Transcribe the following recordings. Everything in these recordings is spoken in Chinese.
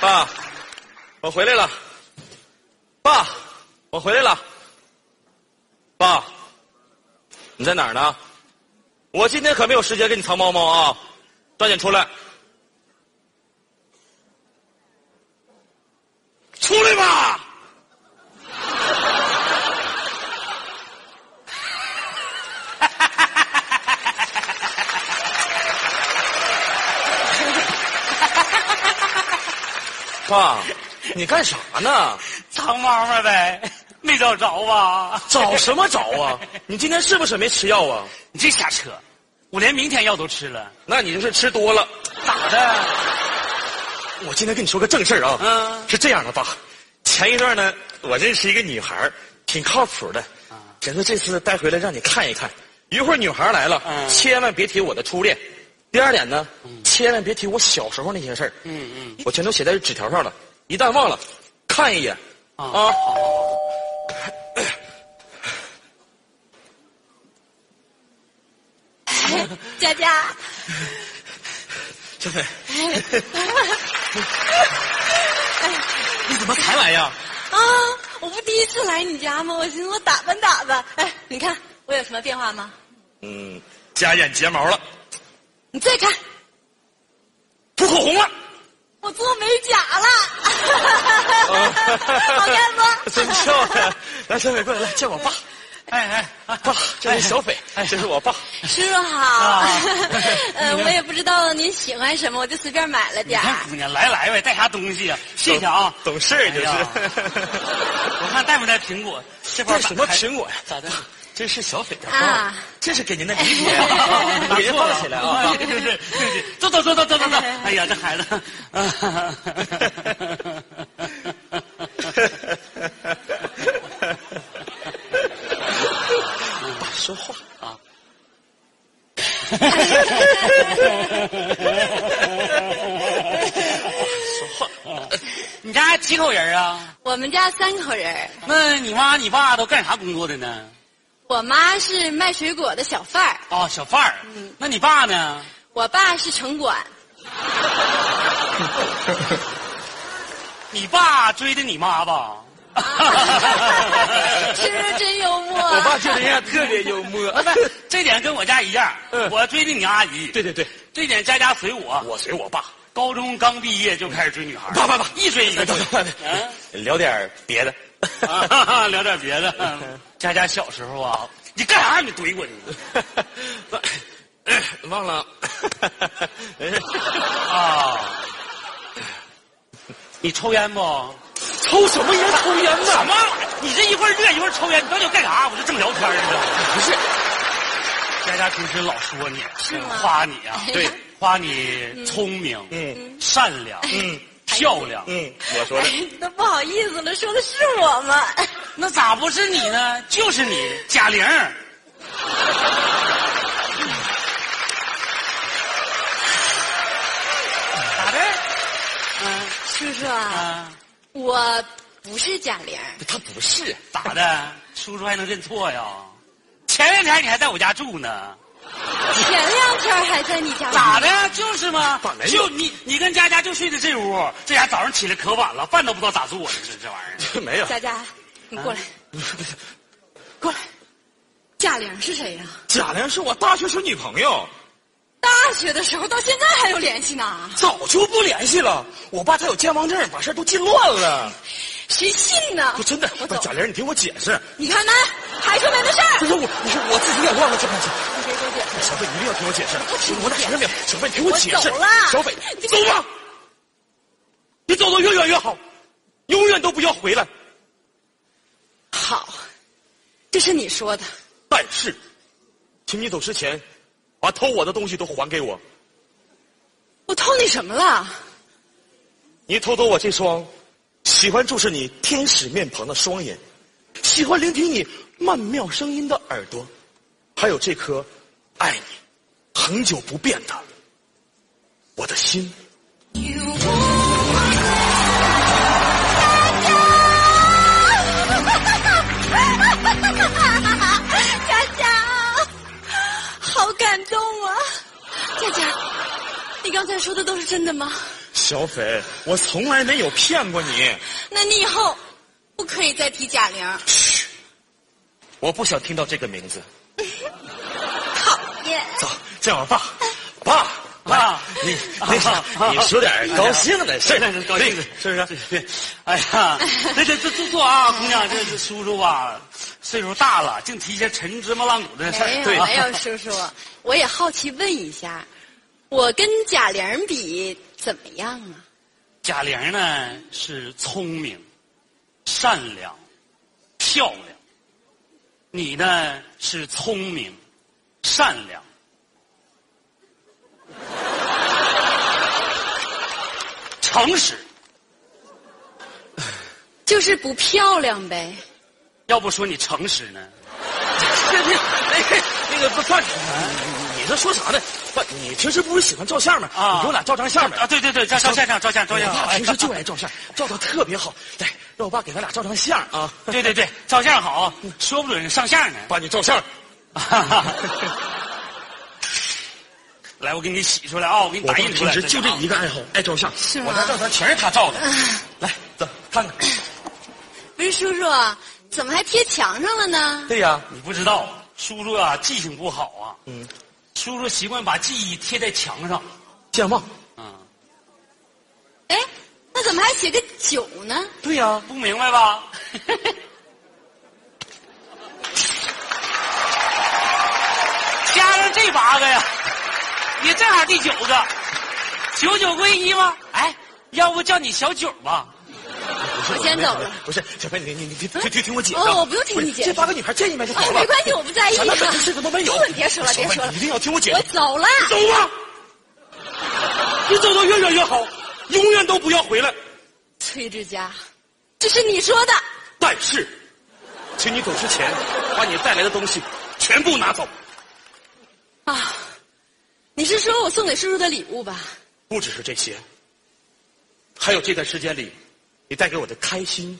爸，我回来了。爸，我回来了。爸，你在哪儿呢？我今天可没有时间给你藏猫猫啊！抓紧出来！出来吧！爸，你干啥呢？藏猫猫呗， 没找着吧？找什么找啊？你今天是不是没吃药啊？你这瞎扯！我连明天药都吃了，那你就是吃多了。咋的？我今天跟你说个正事儿啊，嗯是这样的，爸，前一段呢，我认识一个女孩儿，挺靠谱的，啊寻思这次带回来让你看一看。一会儿女孩来了，嗯千万别提我的初恋。第二点呢，千万别提我小时候那些事儿，嗯嗯，我全都写在纸条上了，一旦忘了，看一眼啊啊。 佳啊佳，小斐，你怎么才来呀？啊，我不第一次来你家吗？我寻思我打扮打扮。哎，你看我有什么变化吗？嗯，加眼睫毛了，你再看，涂口红了。我做美甲了， 好看不？啊哦 真漂亮！来，小斐过来，来见我爸。哎哎，爸，这是小斐，这是我爸。叔叔好啊， 呃，我也不知道您喜欢什么，我就随便买了你点儿。看姑娘来来呗，带啥东西啊？谢谢啊。懂事儿就是。哎 呀我看带没带苹果？这包这什么苹果呀？咋的？这是小斐的啊，这是给您的礼品，我给您放起来啊。 对对对对对，走走走走走走走！哎呀，这 孩子，爸说话，啊 你家几口人啊？我们家三口人儿，那你妈你爸都干啥工作的呢？我妈是卖水果的小贩儿，哦，小贩儿。那你爸呢？我爸是城 管。 你爸追的你妈吧？ 叔叔真幽默。我爸这人呀特别幽默。啊这点跟我家一样嗯，我追的你阿姨。对对对，这点佳佳随我，我随我爸。高中刚毕业就开始追女孩儿，爸爸爸一追一个追。啊嗯聊点别的。 啊 哈哈，聊点别的。嗯佳佳小时候啊，你干啥你怼我你 哎忘了。哎啊？你抽烟不？抽什么烟？抽烟呢？什么？玩意儿？你这一会儿乐一会儿抽烟，你到底干啥？我这正聊天呢。不是，佳佳平时老说你，是吗夸你 啊，对，夸你聪明，嗯善良，嗯漂亮。嗯，我说的。哎，都不好意思了，说的是我 吗？那咋不是你呢？就是你，贾玲。咋的？嗯叔叔啊，啊， 我不是贾玲儿，他不是，咋的？叔叔还能认错呀？前两天你还在我家住呢，前两天还在你家。咋？的？就是嘛咋没，有就你你跟佳佳就睡的这屋，这家早上起来可晚了，饭都不知道咋做的，这这玩意儿。没有佳佳，你过来，啊过来。贾玲是谁呀、贾玲是我大学时女朋友，大学的时候到现在还有联系呢，早就不联系了。我爸他有健忘症，把事儿都记乱了。谁信呢？不，真的，啊我不走是。贾玲，你听我解释。你看没？还说没那事不儿。是我，你说我自己也忘了这关系。你别多解释，小北，你一定要听我解释。不听我哪听了？小北，你听我解释。我走了小北，你走吧，你走得越远越好，永远都不要回来。好，这是你说的。但是，请你走之前，把偷我的东西都还给我。我偷你什么了？你偷偷我这双喜欢注视你天使面庞的双眼，喜欢聆听你曼妙声音的耳朵，还有这颗爱你恒久不变的我的心。 佳佳，好感动啊！佳佳，你刚才说的都是真的吗？小斐，我从来没有骗过你。那你以后不可以再提贾玲，嘘，我不想听到这个名字。讨厌。走，见我爸。啊爸，爸你 啊那啥，你说点高兴的事儿那是啊高兴的，是不是？对，哎 呀，那这这坐坐啊，姑娘，这这叔叔啊，岁数大了，净提一些陈芝麻烂谷的事没儿。有哎对没有，叔叔，我也好奇问一下，我跟贾玲比怎么样啊？ 贾玲呢是聪明、善良、漂亮，你呢是聪明、善良。诚实，就是不漂亮呗。要不说你诚实呢？ 这这那个那个不算你这说啥呢？不，你平时不是喜欢照相吗？啊你哎给我俩照张相呗。啊！对对对，照照相照照相照相我。爸平时哎就爱照相，照的特别好。来，让我爸给咱俩照张相啊！ 对对对，照相好，说不准上相呢。爸，你照相。啊来，我给你洗出来啊、我给你我打爸印出平来。啊时就这一个爱好，爱照相。是吗我那照相全是他照的。来，走，看看。不是叔叔，怎么还贴墙上了呢？对呀，你不知道，叔叔啊，记性不好啊。嗯，叔叔习惯把记忆贴在墙上。健忘。嗯，哎，那怎么还写个九呢？对呀，不明白吧？加上这八个呀，你正好第九个，九九归一吗？哎，要不叫你小九吧？我先走了。 不是，小飞，你你你听听听听我解释。啊哦我不用听你解释这八个女孩见一面就好哎，了。没关系，我不在意、啊。咱们本身这个都没有。叔叔你别说了，小别妹说了你一，定要听我解我释。走了。走吧，你走得越远越好，永远都不要回来。崔志佳，这是你说的。但是，请你走之前，把你带来的东西全部拿走。啊，你是说我送给叔叔的礼物吧？不只是这些，还有这段时间里，你带给我的开心、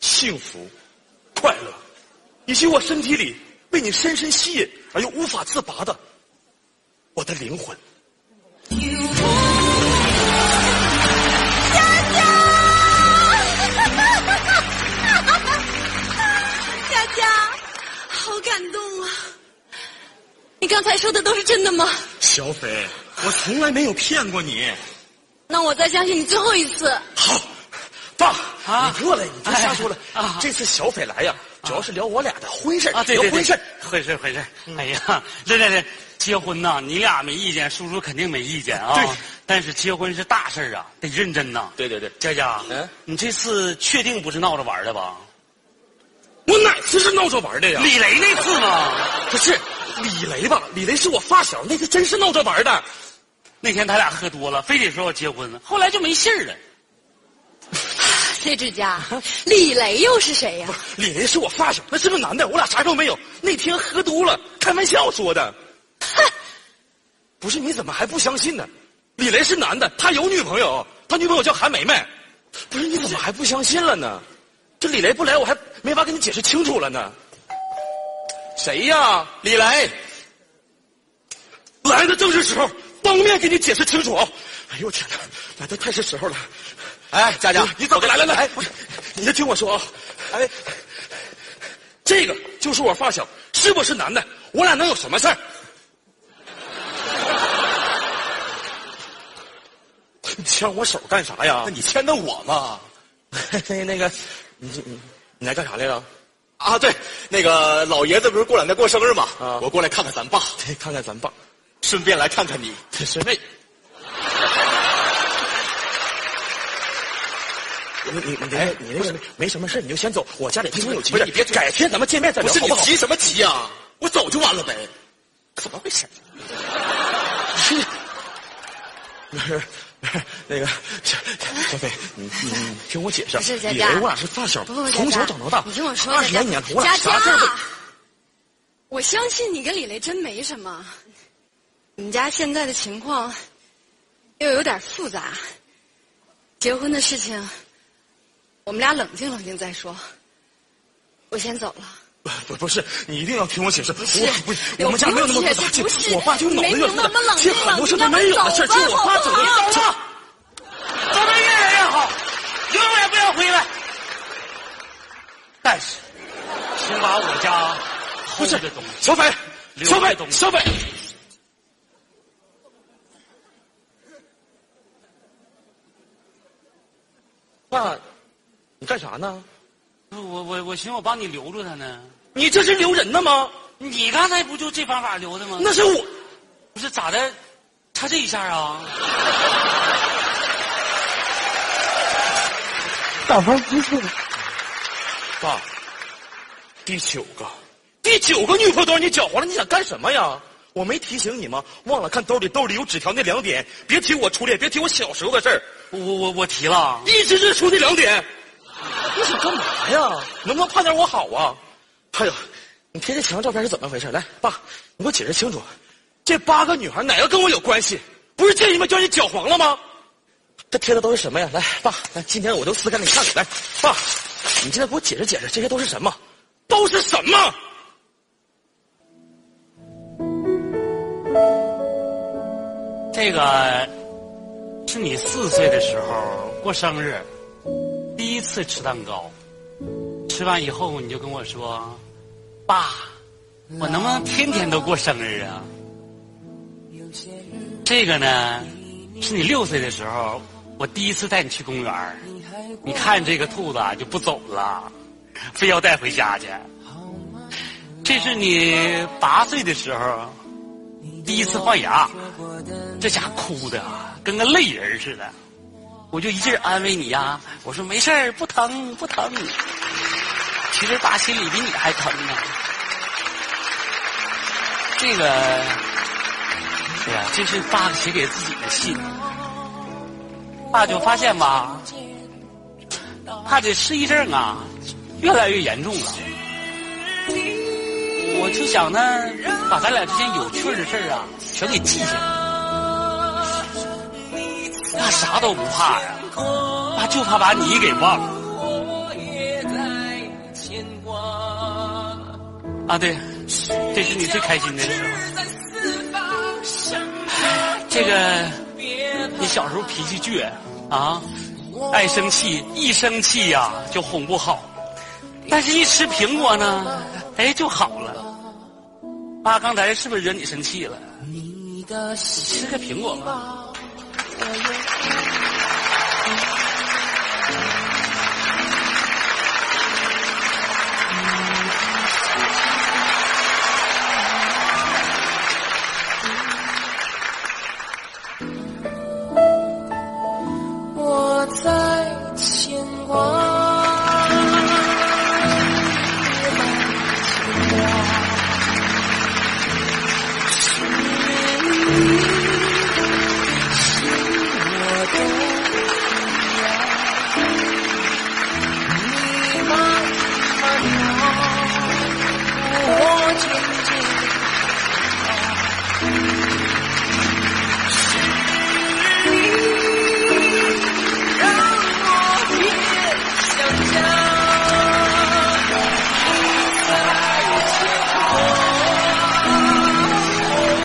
幸福、快乐，以及我身体里被你深深吸引而又无法自拔的我的灵魂。佳佳，好感动啊！你刚才说的都是真的吗？小斐，我从来没有骗过你。那我再相信你最后一次。啊好，爸，啊你过来，你别瞎说了。哎啊这次小斐来呀，主要是聊我俩的婚事儿啊，对聊对对，婚事儿。回事回事。哎呀，对对对，结婚呐、你俩没意见，叔叔肯定没意见啊。对但是结婚是大事儿啊，得认真呐、对对对，佳佳，嗯你这次确定不是闹着玩儿的吧？我哪次是闹着玩的呀？李雷那次嘛，不是李雷吧？李雷是我发小，那次真是闹着玩的。那天他俩喝多了，非得说要结婚，后来就没信儿了。崔志佳，李雷又是谁呀、不是，李雷是我发小，那是个男的，我俩啥都没有。那天喝多了，开玩笑说的。不是，你怎么还不相信呢？李雷是男的，他有女朋友，他女朋友叫韩梅梅。不是，你怎么还不相信了呢？这李雷不来，我还没法跟你解释清楚了呢。谁呀？李雷。来的正是时候，当面给你解释清楚。哎呦我天哪，来的太是时候了。哎，佳佳，你走开，来来来，哎，不是，你先听我说啊，哎，这个就是我发小，是不是男的？我俩能有什么事儿？你牵我手干啥呀那？你牵的我嘛？ 那那个，你你你来干啥来了？啊，对，那个老爷子不是过两天过生日嘛？啊我过来看看咱爸，得看看咱爸，顺便来看看你。这是妹。你你你哎你那个没什么事，你就先走。我家里听说有急不事，是你别改天咱们见面再不聊，是好你不好？急什么急呀、我走就完了呗。怎么回事？没事，没事，那个小小斐，你你你听我解释，不是佳以佳为我俩是发小，不不不，从佳小佳长到大，你听我说，二十佳来佳年，我俩佳啥事儿都佳。我相信你跟李雷真没什么。你们家现在的情况又有点复杂，结婚的事情，我们俩冷静冷静再说。我先走了。不不不是，你一定要听我解释，是我不是我我们家没有那么多杂不是我爸就是脑子没有那么冷这很多事都没有的事儿，静就我爸冷整的。静走好了。偷是的东西。小北，留小的北，东西小北，那，你干啥呢？我我我寻思我帮你留住他呢，你这是留人呢吗？你刚才不就这方法留的吗？那是我，不是咋的？他这一下啊，大鹏不是爸，第九个，第九个女破兜，你搅和了，你想干什么呀？我没提醒你吗？忘了看兜里，兜里有纸条那两点，别提我初恋，别提我小时候的事儿，我我我我提了，一直是出那两点。你想干嘛呀？能不能盼点我好啊？还有，你贴这墙上照片是怎么回事？来，爸，你给我解释清楚，这八个女孩哪个跟我有关系？不是这你们叫你搅黄了吗？这贴的都是什么呀？来，爸，来，今天我都撕开给你看看。来，爸，你现在给我解释解释，这些都是什么？都是什么？这个是你四岁的时候过生日，第一次吃蛋糕，吃完以后你就跟我说，爸，我能不能天天都过生日啊？这个呢，是你六岁的时候，我第一次带你去公园儿你看这个兔子啊就不走了，非要带回家去。这是你八岁的时候，第一次换牙，这家哭的啊跟个泪人似的，我就一劲儿安慰你呀、我说没事儿，不疼不疼。其实打心里比你还疼呢。这个，哎呀，这是爸写给自己的信，爸就发现吧，他这失忆症啊越来越严重了。我就想呢，把咱俩之间有趣儿的事儿啊，全给记下来。爸啥都不怕呀、爸就怕把你给忘了啊！对，这是你最开心的时候。这个，你小时候脾气倔啊，爱生气，一生气呀、就哄不好，但是一吃苹果呢，哎就好了。爸刚才是不是惹你生气了？吃个苹果吧。我在牵挂。